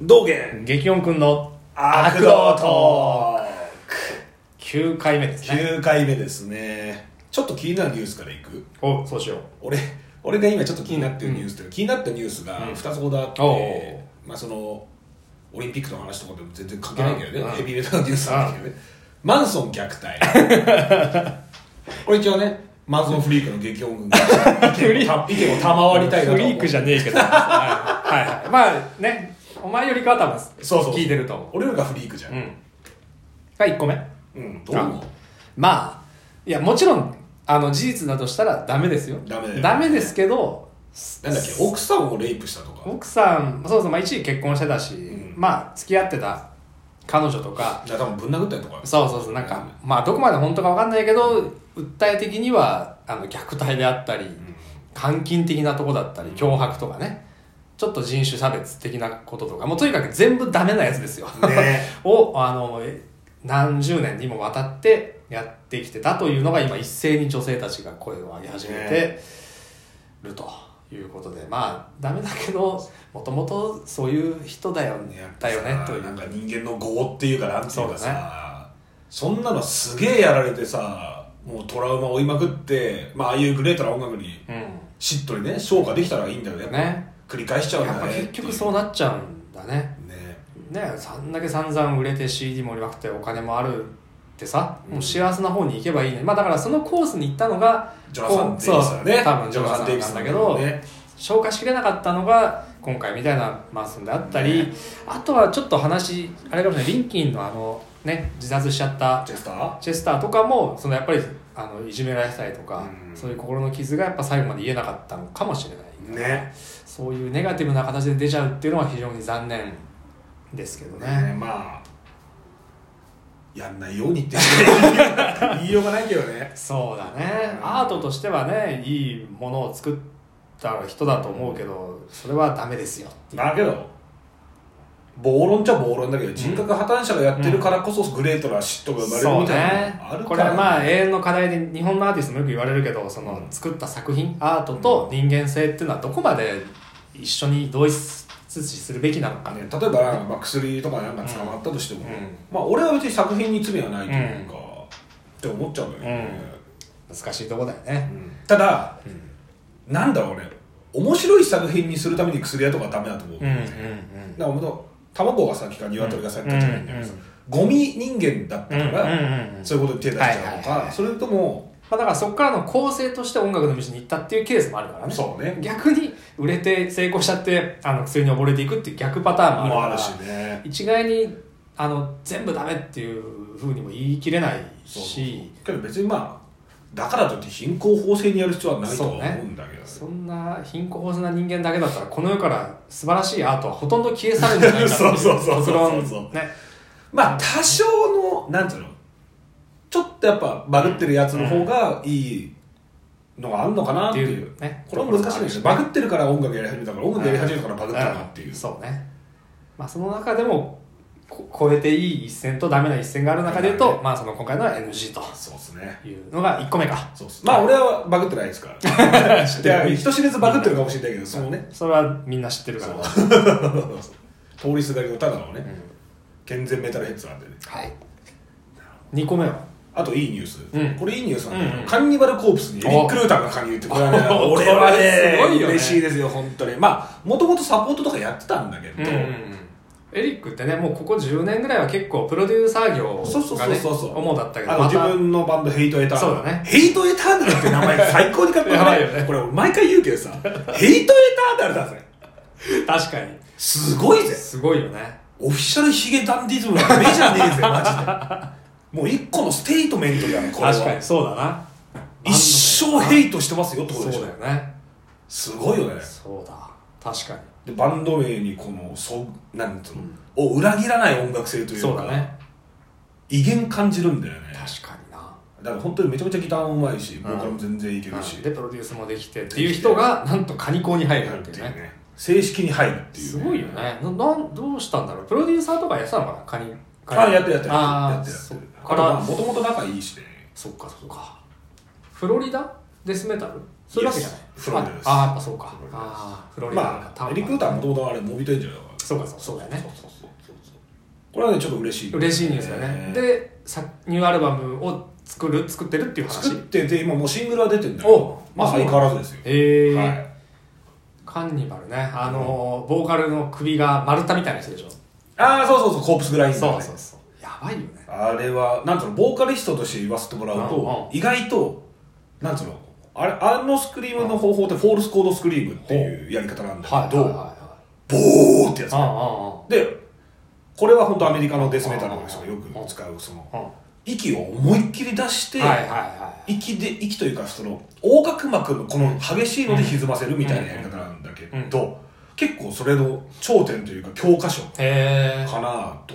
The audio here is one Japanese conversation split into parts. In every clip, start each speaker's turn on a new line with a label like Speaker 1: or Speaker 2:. Speaker 1: 道元
Speaker 2: 激音くんの
Speaker 1: 悪
Speaker 2: 悪
Speaker 1: 道
Speaker 2: 道と
Speaker 1: と
Speaker 2: 9回目ですね
Speaker 1: 9回目ですねちょっと気になるニュースからいく
Speaker 2: おそうしよう
Speaker 1: 俺俺が今ちょっと気になってるニュースというか気になったニュースが2つほどあって、
Speaker 2: おう
Speaker 1: まあそのオリンピックの話とかでも全然関係ないけど
Speaker 2: うん
Speaker 1: ね
Speaker 2: うん
Speaker 1: ヘビーメタルのニュースなんだけどねマンソン虐待 これ一応ねマンソンフリークの激音軍が
Speaker 2: フリ
Speaker 1: 意見をた意見を賜りたいなと
Speaker 2: フリークじゃねえけどはい、はい、 まあねお前よりかは多分
Speaker 1: そうそう
Speaker 2: 聞いてると思
Speaker 1: 俺らがフリークじゃ、
Speaker 2: ううんんが1個目
Speaker 1: うんどう思う
Speaker 2: まあいやもちろんあの事実だとしたらダメですよ
Speaker 1: ダメだよ
Speaker 2: ですけど
Speaker 1: なんだっけ奥さんをレイプしたとか
Speaker 2: 奥さんそうそうまあ一時結婚してたし、
Speaker 1: ん
Speaker 2: まあ付き合ってた彼女とか
Speaker 1: だから多分ぶん殴ったりとか
Speaker 2: そうそうそうなんか、まあどこまで本当か分かんないけど訴え的にはあの虐待であったり、監禁的なとこだったり脅迫とかねちょっと人種差別的なこととかもうとにかく全部ダメなやつですよ、
Speaker 1: ね
Speaker 2: をあのえ何十年にもわたってやってきてたというのが今一斉に女性たちが声を上げ始めて
Speaker 1: ね
Speaker 2: るということで、まあダメだけどもともとそういう人だよ
Speaker 1: やっ
Speaker 2: だ
Speaker 1: ぱり
Speaker 2: よ
Speaker 1: さ
Speaker 2: ねという
Speaker 1: なんか人間の業っていうかなんていうか
Speaker 2: そうだね
Speaker 1: さそ,、んなのすげえやられてさもうトラウマを追いまくって、まあ、ああいうグレートな音楽に
Speaker 2: うん
Speaker 1: しっとりね昇華できたらいいんだよねやっぱ
Speaker 2: ね
Speaker 1: 繰り返しちゃうんだ
Speaker 2: やっぱ
Speaker 1: ね
Speaker 2: 結局そううなっちゃうんだね
Speaker 1: ね
Speaker 2: ねそんだけ散々売れて CD も売れなくてお金もあるってさもう幸せな方に行けばいいのにまあだからそのコースに行ったのが
Speaker 1: ジョナサ
Speaker 2: こ
Speaker 1: ン・
Speaker 2: う
Speaker 1: デイビスだね
Speaker 2: そう多分
Speaker 1: ジ
Speaker 2: ジ
Speaker 1: ョ
Speaker 2: ョ
Speaker 1: ナ
Speaker 2: ナ
Speaker 1: サ
Speaker 2: サ
Speaker 1: ン・
Speaker 2: ン・デ
Speaker 1: デイ
Speaker 2: イ
Speaker 1: ビ
Speaker 2: ビ
Speaker 1: ス
Speaker 2: ス
Speaker 1: な
Speaker 2: なんんだ
Speaker 1: だけ
Speaker 2: け
Speaker 1: ど
Speaker 2: ど
Speaker 1: ね
Speaker 2: 消化しきれなかったのが今回みたいなマンソンであったり、
Speaker 1: ね
Speaker 2: あとはちょっと話あれかもしれないリンキンのあのね自殺しちゃった
Speaker 1: チェスター
Speaker 2: チェスターとかもそのやっぱりあのいじめられたりとか、
Speaker 1: うん
Speaker 2: そういう心の傷がやっぱ最後まで言えなかったのかもしれない
Speaker 1: ね
Speaker 2: そういうネガティブな形で出ちゃうっていうのは非常に残念ですけどね
Speaker 1: ねまあやんないようにって 言う言いようがないけどね
Speaker 2: そうだね、
Speaker 1: うん
Speaker 2: アートとしてはねいいものを作った人だと思うけどそれはダメですよ
Speaker 1: だけど暴論っちゃ暴論だけど人格破綻者がやってるからこそグレートな嫉妬が生まれる
Speaker 2: そう
Speaker 1: みたい
Speaker 2: ね
Speaker 1: なのある
Speaker 2: こ
Speaker 1: か
Speaker 2: れは
Speaker 1: ら
Speaker 2: まあ永遠の課題で日本のアーティストもよく言われるけどその
Speaker 1: うん
Speaker 2: 作った作品アートと人間性っていうのはどこまで一緒に同一視するべきなのかね
Speaker 1: ね例えばまあ薬とかなんか捕まったとしても、
Speaker 2: うん
Speaker 1: まあ俺は別に作品に罪はないというか、って思っちゃうよね、
Speaker 2: 難しいとこだよね
Speaker 1: ただ、なんだろうね面白い作品にするために薬屋とかはダメだと思う、
Speaker 2: うんうん
Speaker 1: だから本当卵が先か鶏が先かじゃないんだけどさ、ゴミ人間だったから、
Speaker 2: うんうんうん
Speaker 1: そういうことに手出しちゃうのか、
Speaker 2: はいはいはい
Speaker 1: それとも
Speaker 2: まあ、だからそこからの構成として音楽の道に行ったっていうケースもあるからね
Speaker 1: そうね
Speaker 2: 逆に売れて成功しちゃってあの薬に溺れていくっていう逆パターンもある
Speaker 1: も
Speaker 2: か
Speaker 1: あ
Speaker 2: ら
Speaker 1: るしね
Speaker 2: 一概にあの全部ダメっていうふうにも言い切れない
Speaker 1: そう
Speaker 2: し
Speaker 1: けど別にまあだからといって貧困法制にやる必要はないとは思うんだけどね
Speaker 2: そんな貧困法制な人間だけだったらこの世から素晴らしいアートはほとんど消え去るんじゃないかってい
Speaker 1: そうそうそう
Speaker 2: 結
Speaker 1: そう
Speaker 2: 論
Speaker 1: そう
Speaker 2: ね
Speaker 1: まあ多少のなんていうのちょっとやっぱバグってるやつの方がいいのがあるのかなっていう,、
Speaker 2: っていうね
Speaker 1: これは難しいですよ
Speaker 2: ところがあ
Speaker 1: バ
Speaker 2: る
Speaker 1: グってるから音楽やり始めたから音楽やり始めたからバグったなっていう、
Speaker 2: んそうねまあその中でもこ超えていい一線とダメな一線がある中で言うと、
Speaker 1: は
Speaker 2: まあその今回のは NG と
Speaker 1: そうっすね
Speaker 2: いうのが1個目か
Speaker 1: そうっすまあ俺はバグってないですから いや人知れずバグってるかもしれないけどそのね
Speaker 2: それはみんな知ってるから
Speaker 1: そ通りすがりのただのね、健全メタルヘッズなんでね
Speaker 2: はい2個目は
Speaker 1: あといいニュース、
Speaker 2: うん
Speaker 1: これいいニュースなんだけど
Speaker 2: うん
Speaker 1: カンニバルコープスにエリック・ルーターが加入ってこれはね
Speaker 2: お
Speaker 1: 俺 は
Speaker 2: これ
Speaker 1: ね
Speaker 2: すごいよね
Speaker 1: 嬉しいですよ本当にまあもともとサポートとかやってたんだけど、
Speaker 2: エリックってねもうここ10年ぐらいは結構プロデューサー業
Speaker 1: そうそう
Speaker 2: が
Speaker 1: そう
Speaker 2: ね
Speaker 1: そうそう
Speaker 2: 主だったけど
Speaker 1: あの
Speaker 2: ま
Speaker 1: 自
Speaker 2: た
Speaker 1: 分のバンドヘイトエターナル
Speaker 2: そうだね
Speaker 1: ヘイトエターナルって名前最高にかっこい い
Speaker 2: やばいよね
Speaker 1: これ俺毎回言うけどさヘイトエターナルだぜ
Speaker 2: 確かに
Speaker 1: すごいぜ
Speaker 2: すごいよね
Speaker 1: オフィシャルヒゲダンディズムは目じゃねえぜマジでもう一個のステートメントだねこれは
Speaker 2: 確かにそうだな
Speaker 1: 一生
Speaker 2: イ
Speaker 1: ヘイトしてますよってこと
Speaker 2: そう
Speaker 1: で
Speaker 2: だ
Speaker 1: しょ
Speaker 2: よね
Speaker 1: すごいよね
Speaker 2: そうだ確かに
Speaker 1: でバンド名にこのそなんつうの、を裏切らない音楽性というか
Speaker 2: そうだね
Speaker 1: 威厳感じるんだよね
Speaker 2: 確かにな
Speaker 1: だから本当にめちゃめちゃギターもうまいし、ボーカルも全然いけるし、
Speaker 2: でプロデュースもできてっていう人がなんとカニコに入るっていうね
Speaker 1: 正式に入るっていう、
Speaker 2: すごいよねななんどうしたんだろうプロデューサーとかやってたのかなカニカニ
Speaker 1: あやってるやってる
Speaker 2: あー
Speaker 1: やってるやって
Speaker 2: そ
Speaker 1: る
Speaker 2: っ
Speaker 1: あ
Speaker 2: か
Speaker 1: とまあ
Speaker 2: ら
Speaker 1: もともと仲いいしね
Speaker 2: そっかそっかフロリダデスメタルそういうわけじゃない
Speaker 1: Yes フロリダです
Speaker 2: ああやっぱそうか
Speaker 1: フロリダです
Speaker 2: ああフロリダ
Speaker 1: ま
Speaker 2: タ
Speaker 1: あ
Speaker 2: ンパ
Speaker 1: エリック・ルーターはもともとあれモビートエンジェルだから
Speaker 2: そうかそうかそうだよね
Speaker 1: そうそうそうそうこれはねちょっと嬉しい
Speaker 2: 嬉しいニュースだね、でさニューアルバムを作る作ってるっていう話
Speaker 1: 作ってて今もうシングルは出てんだ
Speaker 2: お
Speaker 1: よまあ
Speaker 2: そう
Speaker 1: 相変わらずですよ
Speaker 2: ええ
Speaker 1: はい
Speaker 2: カンニバルねあのーボーカルの首が丸太みたいな人でしょ
Speaker 1: ああそうそうそうコープスグラインダーね
Speaker 2: そうやばいよね
Speaker 1: あれはなんつうのボーカリストとして言わせてもらう
Speaker 2: うんうん
Speaker 1: と意外となんつうのあれあのスクリームの方法ってフォールスコードスクリームっていうやり方なんだけ
Speaker 2: どう
Speaker 1: どボーってやつ
Speaker 2: ああ
Speaker 1: でこれは本当アメリカのデスメタルの人がよく使うその
Speaker 2: あああ
Speaker 1: 息を思いっきり出して、
Speaker 2: あはいはいはい
Speaker 1: 息で息というかその横隔膜のこの激しいので歪ませるみたいなやり方なんだけど、結構それの頂点というか教科書
Speaker 2: へえ
Speaker 1: かなと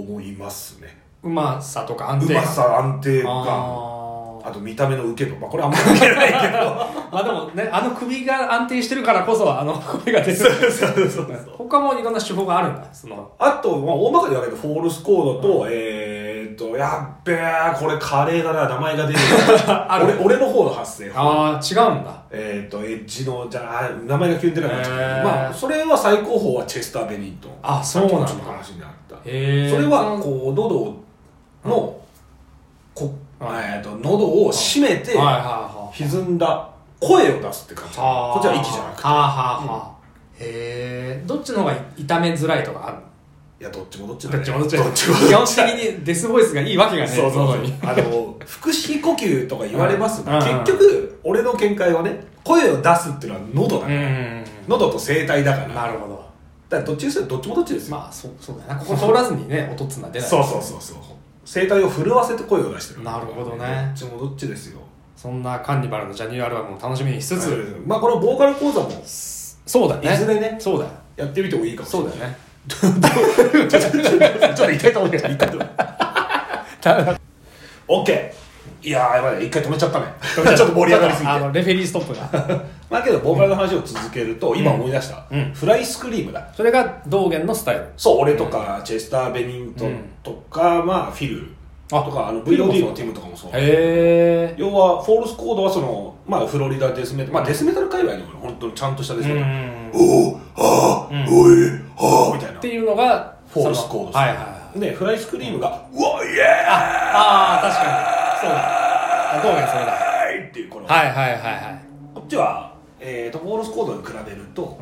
Speaker 1: 思いますね
Speaker 2: うまさとか安
Speaker 1: う
Speaker 2: 定
Speaker 1: ま
Speaker 2: 感
Speaker 1: さ安定感あ
Speaker 2: ああ
Speaker 1: と見た目の受けとまあこれあんまり受けないけど
Speaker 2: まあでもねあの首が安定してるからこ そあの声が出る
Speaker 1: そうそうそう
Speaker 2: 他もいろんな手法があるんだその
Speaker 1: あと、まあ、大まかに分けてフォールスコードと、えー、っとやっべーこれカレーだな名前が出る
Speaker 2: ある
Speaker 1: 俺俺の方の発声
Speaker 2: ああ違うんだ
Speaker 1: えー、とエッジのじゃあ名前が急に出なくなっちゃった、
Speaker 2: へー
Speaker 1: まあ、それは最高峰はチェスター・ベニットン
Speaker 2: あそうなんだ
Speaker 1: さっきの話になった
Speaker 2: へえ
Speaker 1: それはこう喉のこ、えー、と喉を締めて
Speaker 2: はいはいはい
Speaker 1: 歪んだ声を出すって感じ
Speaker 2: はあ
Speaker 1: こっちは息じゃなくて
Speaker 2: はあはあはあへえどっちの方が痛めづらいとかあるの
Speaker 1: いやどっちもどっちだ
Speaker 2: ど
Speaker 1: ね
Speaker 2: っちもどっち
Speaker 1: ど
Speaker 2: も
Speaker 1: っちも
Speaker 2: 基本的にデスボイスがいいわけがね
Speaker 1: そうそう
Speaker 2: 喉に
Speaker 1: あの腹式呼吸とか言われますが、
Speaker 2: うんうん
Speaker 1: 結局俺の見解はね声を出すっていうのは喉だ、
Speaker 2: うんうん
Speaker 1: 喉と声帯だから
Speaker 2: うん
Speaker 1: だか
Speaker 2: なるほど
Speaker 1: らどっちにするどっちもどっちですよ、
Speaker 2: まあそうそうだよなここ通らずにね音つな出ない
Speaker 1: そうそうそうそう声帯を震わせて声を出してる
Speaker 2: なるほどね
Speaker 1: どっちもどっちですよ
Speaker 2: そんなカンニバルのジャニーアルバムも楽しみにしつつ、
Speaker 1: はいまあこのボーカル講座も
Speaker 2: そうだね
Speaker 1: いずれね
Speaker 2: そうだよ
Speaker 1: やってみてもいいかもしれ
Speaker 2: そう
Speaker 1: ない
Speaker 2: だよね
Speaker 1: ちょっと痛いと思うけど痛いと思う OK いやーやばい一回止めちゃったね ちょっと盛り上がりすぎ
Speaker 2: あ
Speaker 1: て
Speaker 2: のレフェリーストップが
Speaker 1: まあけどボーカルの話を続けると、今思い出した、
Speaker 2: うん
Speaker 1: フライスクリームだ
Speaker 2: それが道元のスタイル
Speaker 1: そう俺とか、チェスター・ベニントンとか、まあフィルとかあの
Speaker 2: フィルもそう
Speaker 1: VOD のティムとかもそう
Speaker 2: へえ
Speaker 1: 要はフォールスコードはその、まあ、フロリダデスメタル、まあ、デスメタル界隈の本当にちゃんとしたデスメタル、おいはあみたいな
Speaker 2: っていうのが
Speaker 1: フォールスコー
Speaker 2: その
Speaker 1: ド
Speaker 2: はいはいはい
Speaker 1: でフライスクリームが「うわイエ
Speaker 2: ああ確かにそうだあ道元それだ
Speaker 1: ーイ!」っていうこの、
Speaker 2: はいはいはいはい
Speaker 1: こっちは、えー、とフォールスコードに比べると、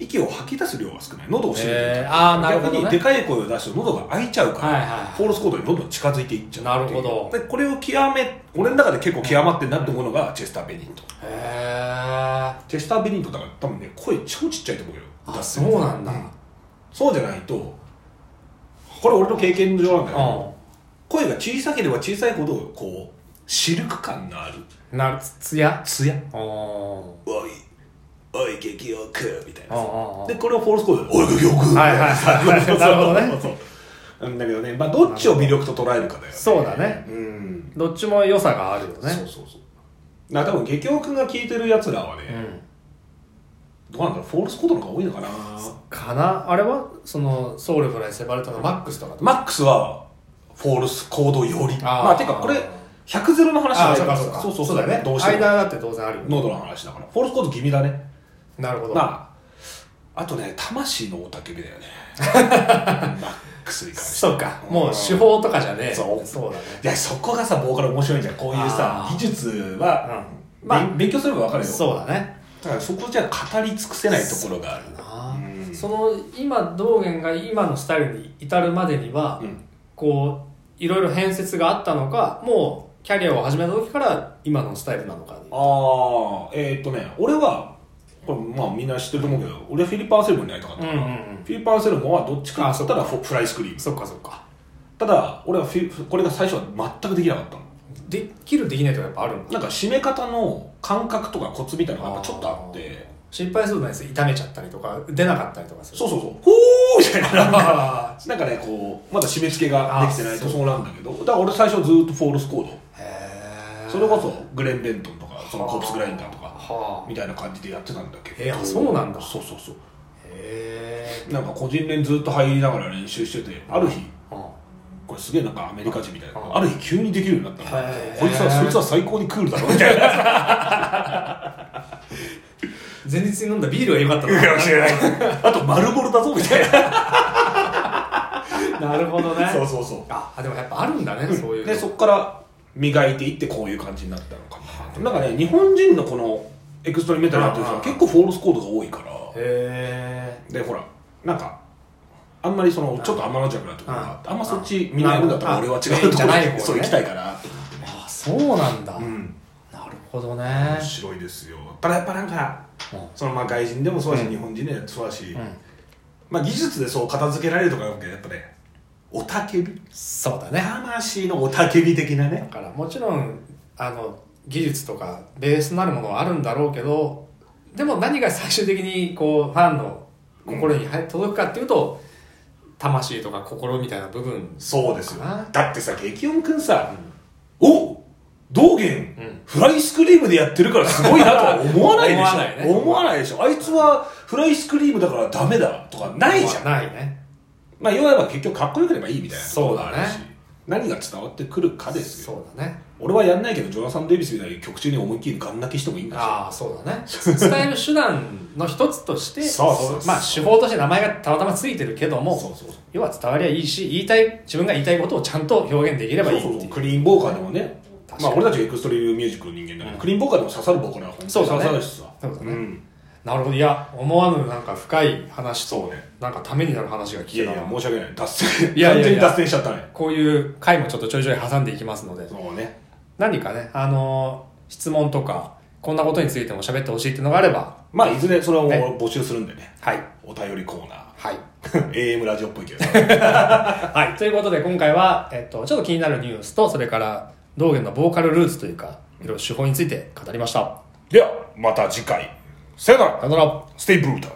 Speaker 1: 息を吐き出す量が少ない喉を締めてる、
Speaker 2: えーあーなるほどね
Speaker 1: 逆にでかい声を出すと喉が開いちゃうから、
Speaker 2: はいはい
Speaker 1: フォールスコードにどんどん近づいていっちゃうっていう
Speaker 2: なるほど
Speaker 1: でこれを極め俺の中で結構極まってんなって思うのがチェスター・ベニントン
Speaker 2: へえ
Speaker 1: チェスター・ベニントンだから多分ね声超ちっちゃいと思うけど
Speaker 2: あ
Speaker 1: 出す
Speaker 2: そ
Speaker 1: の
Speaker 2: うなんだ
Speaker 1: そうじゃないとこれ俺の経験上なんだけど、
Speaker 2: う
Speaker 1: 声が小さければ小さいほどこうシルク感のある
Speaker 2: んなつつや
Speaker 1: 艶
Speaker 2: おお
Speaker 1: おいおい激おくみたいなさ
Speaker 2: うんうんうん
Speaker 1: でこれをフォールスコードで「おい激おく」
Speaker 2: はいはいはい
Speaker 1: そうそう
Speaker 2: なるほどね
Speaker 1: そうそうなんだけどね、まあ、どっちを魅力と捉えるかだよね
Speaker 2: そうだね
Speaker 1: うん
Speaker 2: どっちも良さがあるよね
Speaker 1: そうそうそうだから多分激おくが聞いてるやつらはね、
Speaker 2: ん
Speaker 1: どうなんだろうフォールスコードの方が多いのかな
Speaker 2: かなあれはそのソウルフライセバルトのマックスとかと
Speaker 1: マックスはフォールスコードより
Speaker 2: あー
Speaker 1: まあてかこれ100ゼロの話じゃないから
Speaker 2: そ
Speaker 1: そうう
Speaker 2: そ
Speaker 1: そう
Speaker 2: そ
Speaker 1: うそうう
Speaker 2: だよね
Speaker 1: だよねどうしても
Speaker 2: 間だって当然あるよね
Speaker 1: 喉の話だからフォールスコード気味だね
Speaker 2: なるほど
Speaker 1: まああとね魂の雄たけびだ よねマックスに関して
Speaker 2: そうかもう手法とかじゃねえ
Speaker 1: そう
Speaker 2: そうだね
Speaker 1: いやそこがさボーカル面白いじゃんこういうさ
Speaker 2: あー
Speaker 1: 技術は、
Speaker 2: うんまあ
Speaker 1: 勉勉強すれば分かるよ
Speaker 2: そうだね
Speaker 1: だからそこじゃ語り尽くせないところがある
Speaker 2: あー
Speaker 1: うん
Speaker 2: その今道元が今のスタイルに至るまでには、
Speaker 1: うん
Speaker 2: こういろいろ変節があったのかもうキャリアを始めた時から今のスタイルなのか
Speaker 1: ああえーっとね俺はこれまあみんな知ってると思うけど俺フィリップ・アンセルムになりたかった
Speaker 2: うんう
Speaker 1: か
Speaker 2: ん
Speaker 1: ら、
Speaker 2: うん
Speaker 1: フィリップ・アンセルムはどっちか
Speaker 2: あ
Speaker 1: っつ
Speaker 2: そ
Speaker 1: っ
Speaker 2: ったから
Speaker 1: フォフライスクリーム
Speaker 2: そっかそっか
Speaker 1: ただ俺はフィこれが最初は全くできなかったの
Speaker 2: できるできないとかやっぱあるんだ
Speaker 1: なんか締め方の感覚とかコツみたいなのがやっぱちょっとあって
Speaker 2: 心配するのです痛めちゃったりとか出なかったりとかする
Speaker 1: そうそうそう「ほー!」みたいななんか
Speaker 2: あ
Speaker 1: なんかねこうまだ締め付けができてない
Speaker 2: あ
Speaker 1: と
Speaker 2: そ
Speaker 1: そうなんだけどだから俺最初ずっとフォールスコー
Speaker 2: ーへー
Speaker 1: ドそれこそグレン・ベントンとかそのコープスグラインダーとか
Speaker 2: はあ
Speaker 1: みたいな感じでやってたんだけど
Speaker 2: えーあそうなんだ
Speaker 1: そうそうそう
Speaker 2: へえ
Speaker 1: なんか個人練ずっと入りながら練習しててある日
Speaker 2: は
Speaker 1: これすげえなんかアメリカ人みたいな
Speaker 2: あ
Speaker 1: ある日急にできるようになったの
Speaker 2: へー
Speaker 1: こいつはそいつは最高にクールだろみたいな
Speaker 3: 前日に飲んだビールは良かったの
Speaker 1: かもしれないあと丸ボロだぞみたいな
Speaker 3: なるほどね
Speaker 1: そうそうそ
Speaker 2: ああでもやっぱあるんだね、そういうう
Speaker 1: でそこから磨いていってこういう感じになったのかななんかね日本人のこのエクストリームメタルやってる人は結構フォールスコードが多いから
Speaker 2: へ
Speaker 1: でほらなんかあんまりそのちょっと甘の弱なところがあってあんまそっち見ない
Speaker 2: うん
Speaker 1: 分だったら
Speaker 2: うん
Speaker 1: 俺は違うと
Speaker 2: じ
Speaker 1: こ
Speaker 2: ゃ
Speaker 1: ろ
Speaker 2: ない
Speaker 1: に
Speaker 2: 方ね
Speaker 1: そう行きたいから
Speaker 2: えあそうなんだ、
Speaker 1: うん
Speaker 2: なるほどね
Speaker 1: 面白いですよただやっぱなんか
Speaker 2: うん
Speaker 1: そのまあ外人でもそうだし、
Speaker 2: うん
Speaker 1: 日本人でもそうだし、
Speaker 2: うん
Speaker 1: まあ、技術でそう片付けられるとかよくやっぱねおたけび
Speaker 2: そうだね
Speaker 1: 魂のおたけび的な
Speaker 2: だ
Speaker 1: ね
Speaker 2: からもちろんあの技術とかベースになるものはあるんだろうけどでも何が最終的にこうファンの心に入届くかっていうと魂とか心みたいな部分
Speaker 1: そうですよ
Speaker 2: あ
Speaker 1: だってさ激音くんさ、お道元、
Speaker 2: うん
Speaker 1: フライスクリームでやってるからすごいなとは思わないで
Speaker 2: 思わない
Speaker 1: しょ
Speaker 2: ね
Speaker 1: 思わないでしょあいつはフライスクリームだからダメだとかないじゃん、
Speaker 2: ないね
Speaker 1: まあ要は結局かっこよければいいみたいなところがあるし
Speaker 2: そうだ
Speaker 1: 何が伝わってくるかですよ
Speaker 2: そうだね
Speaker 1: 俺はやんないけどジョナサン・デイビスみたいに曲中に思いっきりガン泣きしてもいいんだし
Speaker 2: ああそうだ ね伝える手段の一つとして
Speaker 1: そうそうそう
Speaker 2: まあ手法として名前がたまたまついてるけども
Speaker 1: そうそうそう
Speaker 2: 要は伝わりゃいいし言いたい自分が言いたいことをちゃんと表現できればいいって
Speaker 1: そう
Speaker 2: い
Speaker 1: そううそうクリーンボーカーでもね
Speaker 2: 確か
Speaker 1: まあ
Speaker 2: に
Speaker 1: 俺たちがエクストリームミュージックの人間だから、クリーンボーカーでも刺さるボーカルは本当に
Speaker 2: そうだね
Speaker 1: 刺さるしさ
Speaker 2: そうだね
Speaker 1: ん、
Speaker 2: なるほどいや思わぬなんか深い話と
Speaker 1: そうね
Speaker 2: なんかためになる話が聞
Speaker 1: い
Speaker 2: け
Speaker 1: やい
Speaker 2: たな
Speaker 1: や申し訳ない脱線
Speaker 2: いやいやいや
Speaker 1: 完全に脱線しちゃったね
Speaker 2: こういう回もちょっとちょいちょい挟んでいきますので
Speaker 1: そうね
Speaker 2: 何かねあのー質問とかこんなことについても喋ってほしいっていうのがあれば
Speaker 1: まあいずれそれを
Speaker 2: ね
Speaker 1: 募集するんでね
Speaker 2: はい
Speaker 1: お便りコーナ
Speaker 2: はい
Speaker 1: ー AM ラジオっぽいけどさ
Speaker 2: はいということで今回は、えっと、ちょっと気になるニュースとそれから道元のボーカルルーツというかいろいろ手法について語りました
Speaker 1: ではまた次回さよなら
Speaker 2: さよなら
Speaker 1: ステイブルータル